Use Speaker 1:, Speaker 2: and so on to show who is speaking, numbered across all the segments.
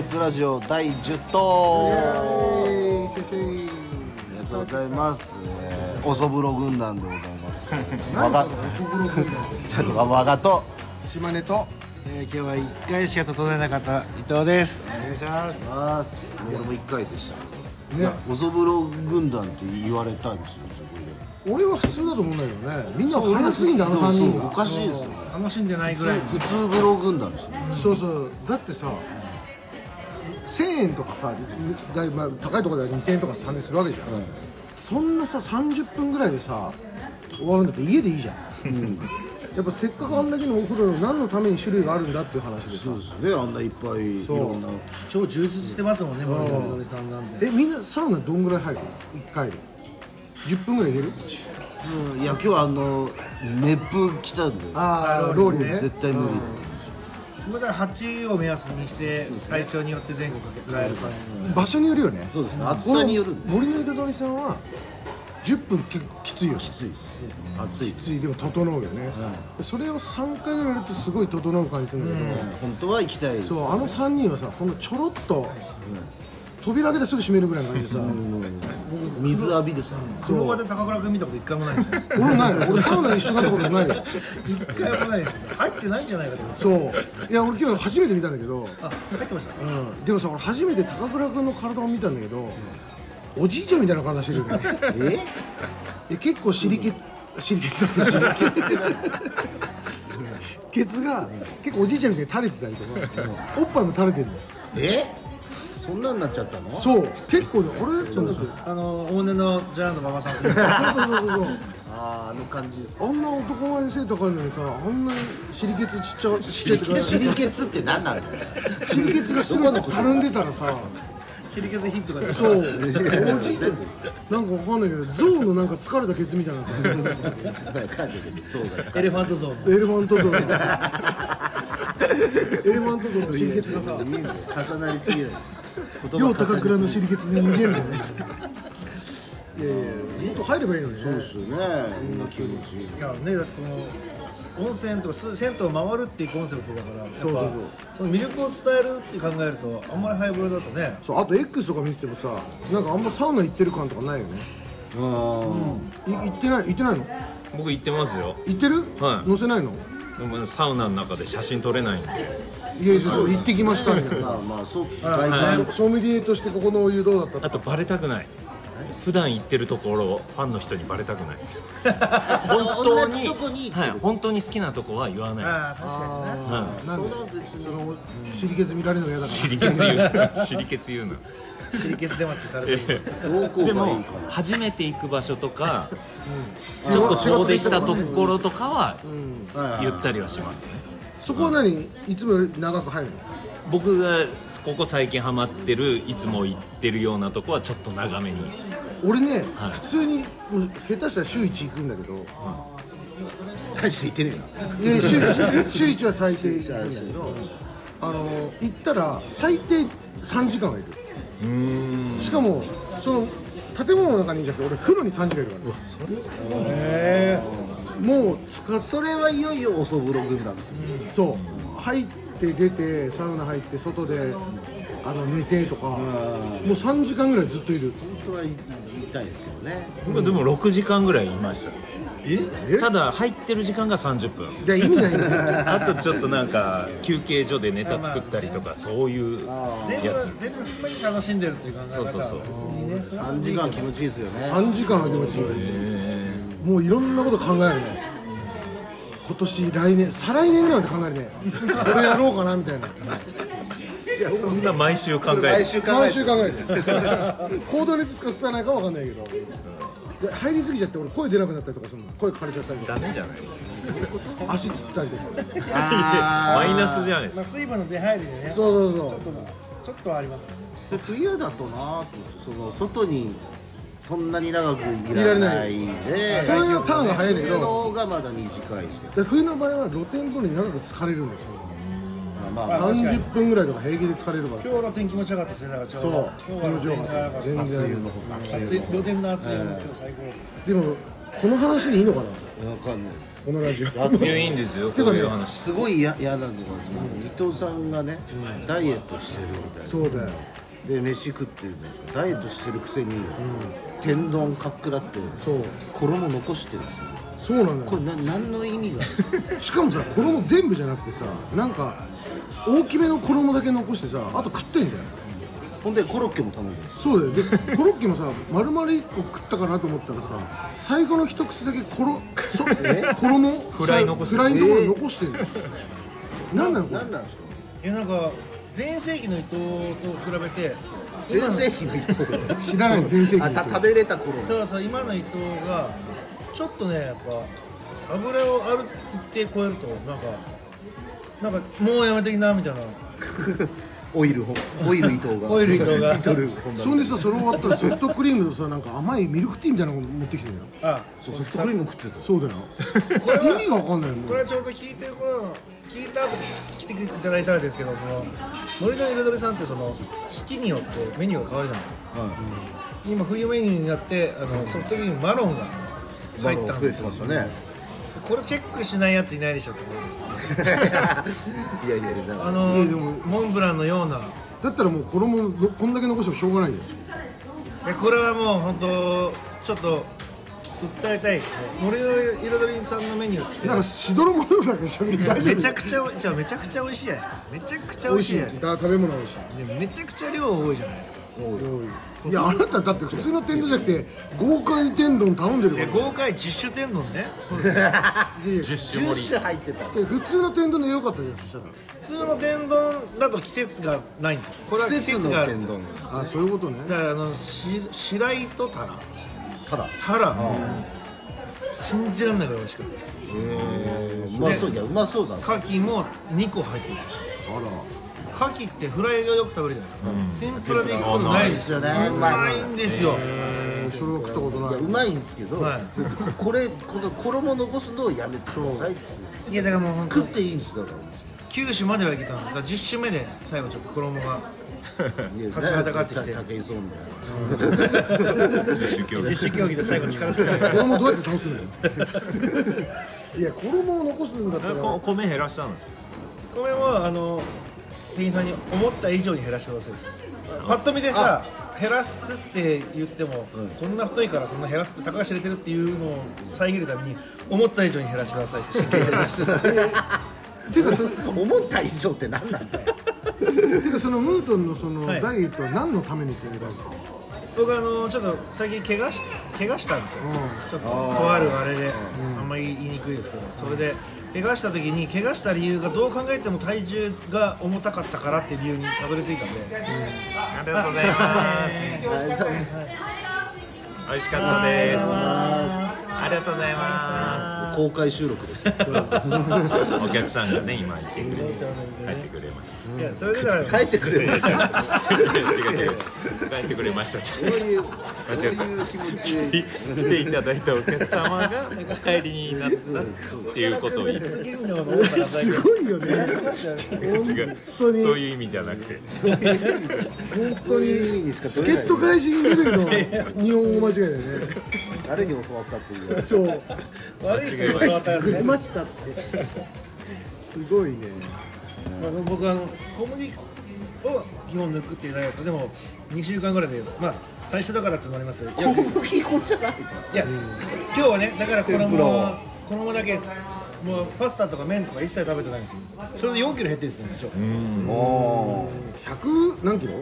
Speaker 1: イツラジオ第10頭ありがとうございます、えー、おそぶろ軍団でございますわがちょっとわわがと
Speaker 2: 島根と
Speaker 3: えー今日は1回しか整えなかった伊藤ですお願いします
Speaker 1: ます俺も1回でしたい
Speaker 2: ね
Speaker 1: やおそぶろ軍団って言われたんですよそこで
Speaker 2: 俺は普通だと思うんだけどねみんな早すぎんだあの
Speaker 1: そう
Speaker 2: 3人
Speaker 1: そうお
Speaker 2: が
Speaker 1: かしいですよね
Speaker 3: 楽しんでないぐらいの
Speaker 1: 普通風呂軍団ですね
Speaker 2: そうそうだってさ1000円とかさだいまあ高いところでは2000円とか3000円するわけじゃん、そんなさ30分ぐらいでさ終わるんだって家でいいじゃん、やっぱせっかくあんだけのお風呂の何のために種類があるんだっていう話でさ
Speaker 1: そうですねあんないっぱいいろんな
Speaker 3: 超充実してますもんね森田みどりさんなんで
Speaker 2: えみんなサウナどんぐらい入るの1回で10分ぐらい入れる
Speaker 1: うんいや今日あの熱風来たんで
Speaker 2: ああローリーね
Speaker 1: 絶対無理だ
Speaker 3: まだ8を目安にして体調によって前後かけられる感じですかね
Speaker 2: 場所によるよね
Speaker 1: そうですね暑さによるんで
Speaker 2: 森の彩りさんは10分結構きついよねき
Speaker 1: 暑いです暑いです
Speaker 2: ついでも整うよね、それを3回ぐらいやるとすごい整う感じするんだけど、
Speaker 1: 本当は行きたいです
Speaker 2: そうあの3人はさほんのちょろっと、扉開けてすぐ閉めるぐらいの感じでさ、
Speaker 1: 水浴びですね
Speaker 3: その場で高倉君見たこと一回もないですよ
Speaker 2: 俺ないよ俺サウナ一緒になったことないよ
Speaker 3: 一回もないですね入ってないんじゃないかと思って
Speaker 2: そういや俺今日初めて見たんだけど、
Speaker 3: あ入ってました
Speaker 2: うん、でもさ俺初めて高倉君の体を見たんだけど、おじいちゃんみたいな体してるよね
Speaker 1: え
Speaker 2: で結構尻ケ尻ケツだったしケツが結構おじいちゃんみたいに垂れてたりとかおっぱいも垂れてるのよ
Speaker 1: えそんなになっちゃったの
Speaker 2: そう結構ね俺ちょっとそう
Speaker 3: あの大根のジャーンの馬場さんという
Speaker 2: そうそうそう
Speaker 1: あああの感じです
Speaker 2: あんな男前で背高いのにさあんなに尻ケツちっちゃちっちゃいとか
Speaker 1: シリケツって何なんだよ
Speaker 2: 尻ケツがすごいたるんでたらさ
Speaker 3: シリケズヒップが出て
Speaker 2: そうおじいちゃんなんかわかんないけど象のなんか疲れたケツみたいなさ
Speaker 1: 分かんないけどそうだ
Speaker 3: エレファントゾーン
Speaker 2: エレファント像のエレファント像の尻ケツがさ
Speaker 1: いいね重なりすぎない言
Speaker 2: 両
Speaker 1: 葉
Speaker 2: 高倉
Speaker 1: 重な
Speaker 2: の
Speaker 1: りすぎ
Speaker 2: 尻ケツに逃げるのねいやいやもっと入ればいいのにね
Speaker 1: そうですよねこんな気持ちいい
Speaker 3: いやねだってこの温泉とかす銭湯を回るっていうコンセプトだからやっぱ
Speaker 2: そうそう
Speaker 3: その魅力を伝えるって考えるとあんまりハイブロだとね
Speaker 2: そうあと X とか見ててもさなんかあんまサウナ行ってる感とかないよね
Speaker 1: うん
Speaker 2: い行ってない行ってないの
Speaker 4: 僕行ってますよ
Speaker 2: 行ってる、
Speaker 4: はい
Speaker 2: 載せないの
Speaker 4: でもサウナの中で写真撮れないんで
Speaker 2: いやいやちょっと行ってきましたみたいな
Speaker 1: まあまあそう外観
Speaker 2: ソソムリエとしてここのお湯どうだった
Speaker 4: あとバレたくない普段行ってるところをファンの人にバレたくない本当にはい、本当に好きなとこは言わない
Speaker 3: ああ確かにね
Speaker 4: は
Speaker 2: なんでその尻ケツ見られるの嫌だか
Speaker 4: い尻ケツ言うな尻ケツ言うな
Speaker 3: シリケス出待ちされてる
Speaker 1: どこ
Speaker 4: で
Speaker 1: がい
Speaker 4: も
Speaker 1: いかな
Speaker 4: 初めて行く場らとか、ちょっと遠出したところとかは言ったりはしますね
Speaker 2: らそこは何いつもより長く入るの
Speaker 4: 僕がここ最近ハマってるいつも行ってるようなとこはちょっと長めに
Speaker 2: 俺ね、
Speaker 4: はい
Speaker 2: 普通にもう下手したら週1行くんだけど、
Speaker 1: 大して言ってね
Speaker 2: いや週週週一は最低行くんだけどあの行ったら最低3時間はいるしかもその建物の中にいいんじゃなくて俺風呂に3時間いるから、ね、
Speaker 3: へ
Speaker 2: もう
Speaker 1: えなそれはいよいよおそぶろ軍団って
Speaker 2: そう入って出てサウナ入って外であの寝てとかもう3時間ぐらいずっといる
Speaker 1: 本当は言いたいですけどね
Speaker 4: まあでも6時間ぐらいいました
Speaker 2: え
Speaker 4: ただ入ってる時間が30 分
Speaker 2: で意味ないんだよ
Speaker 4: あとちょっとなんか休憩所でネタ作ったりとかそういう
Speaker 3: 全
Speaker 4: や
Speaker 3: 部
Speaker 4: つ
Speaker 3: 全部含めて楽しんでるっていう考え方
Speaker 4: そうそうそう
Speaker 3: 別にねそれは
Speaker 1: 3時間気持ちいいですよね
Speaker 2: 3時間は気持ちいいもういろんなこと考えるね今年来年再来年ぐらいまで考えるねこれやろうかなみたいない
Speaker 4: やそんな毎週考え
Speaker 1: 来
Speaker 4: る
Speaker 1: 週考え
Speaker 2: 毎
Speaker 1: て
Speaker 2: 週考えてる行動に移すか移さないかわかんないけど、で入りすぎちゃって俺声出なくなったりとかするの声枯れちゃったりとか
Speaker 4: ダメじゃないですか
Speaker 2: 足つったりとか
Speaker 4: マイナスじゃないです
Speaker 3: まあ
Speaker 4: か
Speaker 3: 水分の出入りでねちょっ
Speaker 2: そうそうそう
Speaker 3: とちょっとはありますね
Speaker 1: それ冬だとなーってその外にそんなに長くい
Speaker 2: いら
Speaker 1: ら
Speaker 2: れ
Speaker 1: な
Speaker 2: ないい
Speaker 1: で
Speaker 2: それのターンが早いんだけ
Speaker 1: 冬
Speaker 2: ど
Speaker 1: のがまだ短いですけど
Speaker 2: で冬の場合は露天風呂に長く疲れるんですよ
Speaker 1: まあまあ
Speaker 3: 確かに
Speaker 2: 30分ぐらいとか平気で疲れるから
Speaker 3: 今日の天気持ちよかったですねだからちょうど
Speaker 2: そう
Speaker 3: 今日は露天が良かっ
Speaker 2: 全
Speaker 1: 梅雨の
Speaker 2: 然
Speaker 1: 方が
Speaker 3: た暑い露天の暑いの今日最高
Speaker 2: でもこの話でいいのかな
Speaker 1: わかんない
Speaker 2: このラジオ
Speaker 4: いやいいん ですよこういう話
Speaker 1: すごい嫌嫌なのが、伊藤さんがね、ダイエットしてるみたいな
Speaker 2: そうだよ
Speaker 1: で飯食ってるんですよダイエットしてるくせに、天丼かっくらって
Speaker 2: そう
Speaker 1: 衣残してるんですよ
Speaker 2: そうなんだよ
Speaker 1: これな何の意味が
Speaker 2: しかもさ衣全部じゃなくてさなんか大きめの衣だけ残してさあと食ってんだよ
Speaker 1: ほんでコロッケも頼んでるんです
Speaker 2: そうだよでコロッケもさ丸々1個食ったかなと思ったらさ最後の一口だけコロ そ衣
Speaker 4: フライ残し
Speaker 2: フ
Speaker 4: てる
Speaker 2: ライのところに残してんだよ、なんなのこれ
Speaker 1: 何なんですか
Speaker 3: いやなんか全盛期の伊藤と比べて
Speaker 1: 全盛期の伊藤
Speaker 2: 知らない全盛期
Speaker 1: あ
Speaker 2: の人
Speaker 1: た食べれた頃
Speaker 3: そうそう今の伊藤がちょっとねやっぱ油をある一定超えるとなんかなんかもうやめてきなみたいな
Speaker 1: オイルほオイル伊藤が
Speaker 3: オイル伊藤が
Speaker 1: リトル本田
Speaker 2: そんでさそれ終わったらソフトクリームとさなんか甘いミルクティーみたいなの持ってきてんだよ
Speaker 3: あ
Speaker 1: そうソフトクリーム食ってた
Speaker 2: そうだよ 意味が分かんないもん
Speaker 3: これはちょうど聞いてる頃の聞いた後来ていただいたらですけどそののりの彩りさんってその四季によってメニューが変わるじゃないですか、今冬メニューになってあのソフトクリームマロンが入ったん
Speaker 1: 増え
Speaker 3: で
Speaker 1: て
Speaker 3: す
Speaker 1: ま
Speaker 3: よ
Speaker 1: したね
Speaker 3: これチェックしないやついないでしょってこと
Speaker 1: いやいやいやだから
Speaker 3: あの
Speaker 2: いやでも
Speaker 3: モンブランのような
Speaker 2: だったらもう衣のこんだけ残してもしょうがないよ
Speaker 3: いやこれはもう本当ちょっと訴えたいですね森の彩りさんのメニュ
Speaker 2: なん
Speaker 3: ー
Speaker 2: か
Speaker 3: っ
Speaker 2: しどろもどろだけしゃべり
Speaker 3: てめちゃ
Speaker 2: く
Speaker 3: くちゃおじゃあめちゃくちゃ美味しいじゃないですかめちゃくちゃ美味しいじゃないですか
Speaker 2: 食べ物美味しい
Speaker 3: でめちゃくちゃ量多いじゃないですか
Speaker 2: いやあなただって普通の天丼じゃなくて豪快天丼頼んでるか
Speaker 3: で
Speaker 2: ら
Speaker 3: 豪快10種天丼ね
Speaker 4: 10種
Speaker 1: 10
Speaker 4: 盛
Speaker 1: 種入ってた
Speaker 2: じゃあ普通の天丼で良かったじゃんそしたら
Speaker 3: 普通の天丼だと季節がないんですよこれは季節があるんですよ
Speaker 2: あそういうことね
Speaker 3: だからあのし白井とタラ
Speaker 1: ただ
Speaker 3: タラ信じられないぐらい美味しかったです
Speaker 1: うまそういやうまそうだ
Speaker 3: 牡蠣も2個入ってるんですよ
Speaker 2: あ
Speaker 3: 牡蠣ってフライがよく食べるじゃないですか、天ぷらでいくことないですよね
Speaker 1: あないうですよね
Speaker 3: まいんで
Speaker 2: ら
Speaker 3: すよ、
Speaker 2: それは食ったことない
Speaker 1: いやうまいんですけど、
Speaker 3: はい
Speaker 1: これこの衣残すのをやめてくださいって
Speaker 3: いやだからもう本当
Speaker 1: 食っていいんですだか
Speaker 3: 九種まではいけたんですだから10種目で最後ちょっと衣が
Speaker 1: らいや
Speaker 3: 立ちはだかってきて
Speaker 1: 竹井壮みたいな
Speaker 4: 十種競技
Speaker 3: 10種競技で最後力尽きたから
Speaker 2: 衣どうやって倒すのよいや衣を残すんだったら
Speaker 4: こ米減らしたんですか
Speaker 3: これはあの店員さんに思った以上に減らしてくださいパッと見でさ減らすって言っても、こんな太いからそんな減らすってたかが知れてるっていうのを遮るために思った以上に減らしてくださいって真剣に 言います
Speaker 2: ていうかその
Speaker 1: 思った以上って何なんだよ
Speaker 2: てかそのムートンのその
Speaker 3: はい
Speaker 2: ダイエットは何のためにって言われたんですか
Speaker 3: 僕あのちょっと最近怪我し怪我したんですよ、
Speaker 2: う
Speaker 3: ちょっととあるあれで、あんまり言いにくいですけどそれで怪我した時に怪我した理由がどう考えても体重が重たかったからっていう理由にたどり着いたんで、
Speaker 4: ありがとうございます美味しかったですありがとうございま
Speaker 1: 公開収録です
Speaker 4: すお客さんがね今いてくれて帰ってくれました
Speaker 3: いやそれでだから
Speaker 1: 返してくれました
Speaker 4: 違う違う帰ってくれました
Speaker 1: こういうこう
Speaker 4: 間違えた
Speaker 1: いう気持ち
Speaker 4: 来
Speaker 1: で
Speaker 4: て来ていただいたお客様がお帰りになったっていうことを言って
Speaker 3: 現状の多さが最
Speaker 2: すごいよね
Speaker 4: 違うそういう意味じゃなくて
Speaker 2: 本
Speaker 1: そ
Speaker 2: 当
Speaker 1: ういう
Speaker 2: に
Speaker 1: 意味にしか取
Speaker 2: 助
Speaker 1: れな
Speaker 2: っ
Speaker 1: い
Speaker 2: 人外人レベルの日本語間違いだよね
Speaker 1: 誰に教わったって いう
Speaker 2: そう
Speaker 3: 悪い人に教わったよ
Speaker 2: 食
Speaker 3: ね
Speaker 2: いましたってすごいね
Speaker 3: まあ僕あの小麦を基本抜くっていうダイエットでも2週間ぐらいでまあ最初だからっていうのもありますよ
Speaker 1: 小麦粉じゃないと
Speaker 3: いや、今日はね、だから
Speaker 1: 天ぷら
Speaker 3: 衣
Speaker 1: を、
Speaker 3: 衣だけです。もうパスタとか麺とか一切食べてないんですよ。それで4キロ減ってるんですよ、一応。
Speaker 1: あ
Speaker 2: 100何キロ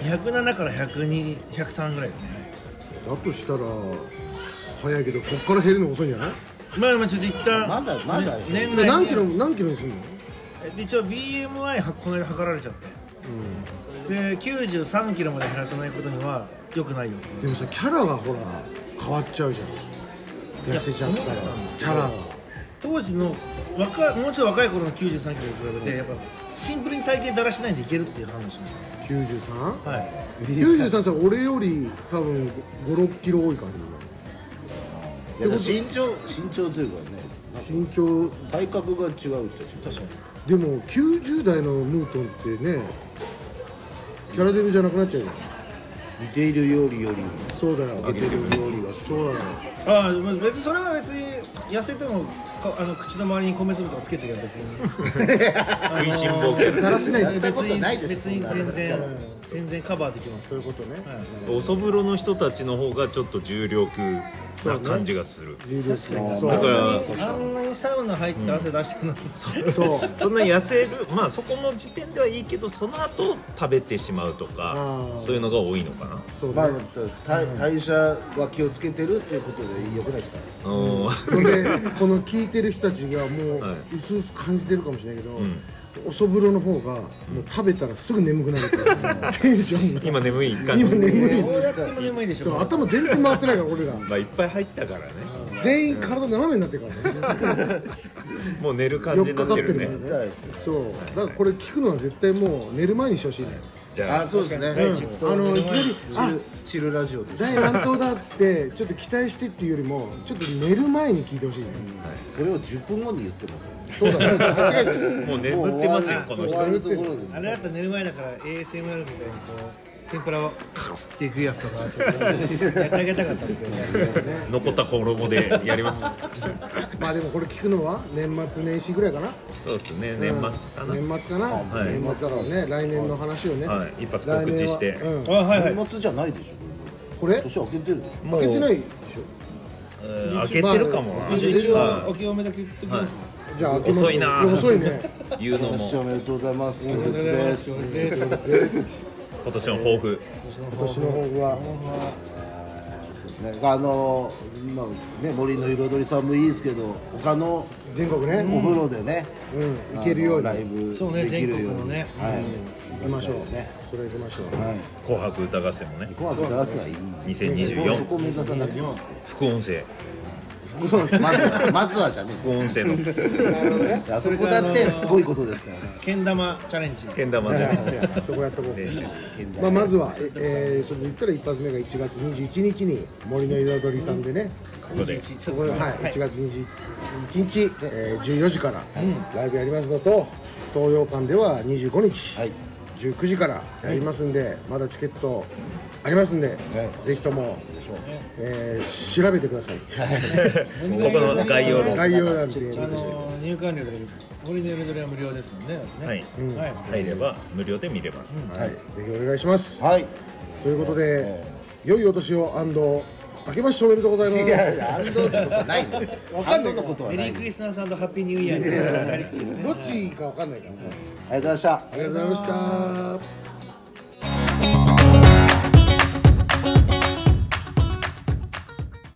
Speaker 3: 107から102、103ぐらいですね。
Speaker 2: だとしたら早いけどこっから減るの遅いんじゃない
Speaker 3: まあまあちょっと一旦
Speaker 1: まだまだ
Speaker 3: ね年
Speaker 2: で
Speaker 3: 内
Speaker 2: 何キロ
Speaker 3: に
Speaker 2: 何キロにするの
Speaker 3: え一応 BMI はこの間測られちゃって、で93キロまで減らさないことには良くないよって
Speaker 2: でもさキャラがほら変わっちゃうじゃん痩せちゃったらキャラが
Speaker 3: 当時の若もうちょっと若い頃の93キロに比べてやっぱシンプルに体型だらしないでいけるっていう判断しまし
Speaker 2: 93?
Speaker 3: たはい
Speaker 2: 93歳俺より多分56キロ多い感
Speaker 1: いやでも身長身長というかね
Speaker 2: じ身長
Speaker 1: 体格が違うって
Speaker 3: 確かに
Speaker 2: でも90代のムートンってねキャラデブじゃなくなっちゃうじゃん
Speaker 1: 似ている料理より
Speaker 2: そうだよ
Speaker 1: 似ている料理が好き
Speaker 2: そうだよ
Speaker 3: ああまあ別にそれは別に痩せてもかあの口の周りに米粒とかつけてるよ別に
Speaker 4: 食いしん坊系
Speaker 2: だらしない
Speaker 3: 別
Speaker 1: やったことないで
Speaker 3: に
Speaker 1: す
Speaker 3: 別に
Speaker 1: そんな
Speaker 3: 全
Speaker 1: の
Speaker 3: 然全然カバーできます
Speaker 2: そういうことね
Speaker 4: おそ風呂の人たちの方がちょっと重力な感じがする
Speaker 2: 重量確かに
Speaker 4: だか
Speaker 2: そ
Speaker 4: ら
Speaker 3: あんなにサウナ入って汗出してるのに、
Speaker 2: うそう
Speaker 4: そんな痩せるまあそこの時点ではいいけどその後食べてしまうとか
Speaker 2: あー
Speaker 4: そういうのが多いのかな
Speaker 2: そう
Speaker 1: ま
Speaker 2: だ
Speaker 1: あ
Speaker 2: よ
Speaker 1: 代代謝は気をつけてるっていうことでよくないですか
Speaker 4: うん
Speaker 2: それでこの聞いてる人たちがもう
Speaker 4: は
Speaker 2: 薄々感じてるかもしれないけど、
Speaker 4: ん
Speaker 2: おそぶろの方がもう食べたらすぐ眠くなる からテンションが
Speaker 4: 今眠い感じ
Speaker 2: 今眠い
Speaker 3: どうやっても眠いでし
Speaker 2: そ
Speaker 3: ょ
Speaker 2: う頭全然回ってないから俺ら
Speaker 4: まあいっぱい入ったからね
Speaker 2: 全員体斜めにな ってるからね
Speaker 4: もう寝る感
Speaker 2: よ
Speaker 4: じ
Speaker 2: っ
Speaker 4: にな
Speaker 2: か
Speaker 4: っ
Speaker 2: かっててる
Speaker 4: る
Speaker 2: から
Speaker 4: ね
Speaker 2: ね
Speaker 1: 痛いですね
Speaker 2: そうだからこれ聞くのは絶対もう寝る前にしてほしいね、
Speaker 4: じゃ
Speaker 1: あ
Speaker 4: あ
Speaker 1: そうですね、
Speaker 2: うん、あのいきなり「あ
Speaker 1: チルラジオで
Speaker 2: 第何頭だ」っつってちょっと期待してっていうよりもちょっと寝る前に聞いてほしいね、
Speaker 1: それを10分後に言ってますよね
Speaker 2: そうだね
Speaker 4: もう眠ってますよこの
Speaker 1: 終
Speaker 4: 人
Speaker 1: わるところです
Speaker 3: あれだったら寝る前だから ASMR みたいにこう天ぷらをカスっていくやつとかちょっとやってあげたかったんですけどね
Speaker 4: 残った衣でやります
Speaker 2: まあでもこれ聞くのは年末年始ぐらいかな
Speaker 4: そうですね年末かな
Speaker 2: 年末かな、
Speaker 4: い
Speaker 2: 年末だからね来年の話をね、
Speaker 4: はい一発告知し
Speaker 2: 来
Speaker 4: て
Speaker 2: 年はうん
Speaker 3: あはいはい
Speaker 1: 年末じゃないでしょ
Speaker 2: これ
Speaker 1: 年明けてるでしょ
Speaker 4: も
Speaker 2: 開けてな
Speaker 4: う
Speaker 2: いでしょ
Speaker 4: うん開けてるかもな
Speaker 2: 21
Speaker 3: 一応お清めだけ言ってきます、ね
Speaker 2: じゃあ開けます
Speaker 4: 遅いな
Speaker 2: 遅いね
Speaker 4: 言うの
Speaker 1: 今
Speaker 4: も
Speaker 1: 年おめでとうございます
Speaker 3: おめでとうございます
Speaker 1: お
Speaker 3: お
Speaker 1: め
Speaker 3: め
Speaker 1: で
Speaker 3: で
Speaker 1: とう
Speaker 3: とう
Speaker 1: ご
Speaker 3: ご
Speaker 1: ざい
Speaker 3: ざい
Speaker 1: ま
Speaker 3: ます
Speaker 4: 今年の抱負
Speaker 2: 今年の抱負は
Speaker 1: そうですねあのまあね森の彩りさんもいいですけど他の
Speaker 2: 全国ね、
Speaker 1: お風呂でね、
Speaker 2: うん、行けるように
Speaker 1: あのライブ
Speaker 3: そうね
Speaker 1: できるよう
Speaker 3: 全国
Speaker 1: に、
Speaker 3: のね
Speaker 1: はい、
Speaker 2: 行きましょう
Speaker 1: ね、
Speaker 2: それ行きましょう
Speaker 1: はい、
Speaker 4: 「紅白歌合戦」もね
Speaker 1: 紅白出すはいい。そ
Speaker 4: 2024
Speaker 1: こを目指さなくても。
Speaker 4: 副音声
Speaker 1: まずは、まずはじゃね
Speaker 4: 副音声の
Speaker 1: え。あそこだってすごいことですからね。
Speaker 3: けん玉チャレンジ
Speaker 4: けん玉で
Speaker 2: そこやっ とこう
Speaker 4: 練習して
Speaker 2: まあ、まずは、ええーそれで言ったら一発目が1月21日に森の彩りさんでね、
Speaker 4: ここで
Speaker 2: そこで、はい、1月21日、えー、14時からライブやりますのと、東洋館では25日、
Speaker 1: はい
Speaker 2: 19時からやりますんで、まだチケットありますんで、ぜひとも、えー調べてください。
Speaker 4: ここの概要欄
Speaker 2: 概要欄で、
Speaker 3: あのー入館料だけど森の彩りは無料ですもんね
Speaker 4: はい
Speaker 3: うんはい
Speaker 4: 入れば無料で見れます
Speaker 2: はい、ぜひお願いします。
Speaker 1: はい。
Speaker 2: ということで、良いお年を明けましておめでとうございます。
Speaker 1: いや、安藤のことないの。安藤のことは
Speaker 3: メリ
Speaker 1: ない
Speaker 3: ー
Speaker 1: の。
Speaker 3: クリスマスハッピーニューイヤーみたいなやり口ですね
Speaker 2: どっちかわかんないからさ。
Speaker 1: ありがとうございました。
Speaker 2: ありがとうございました。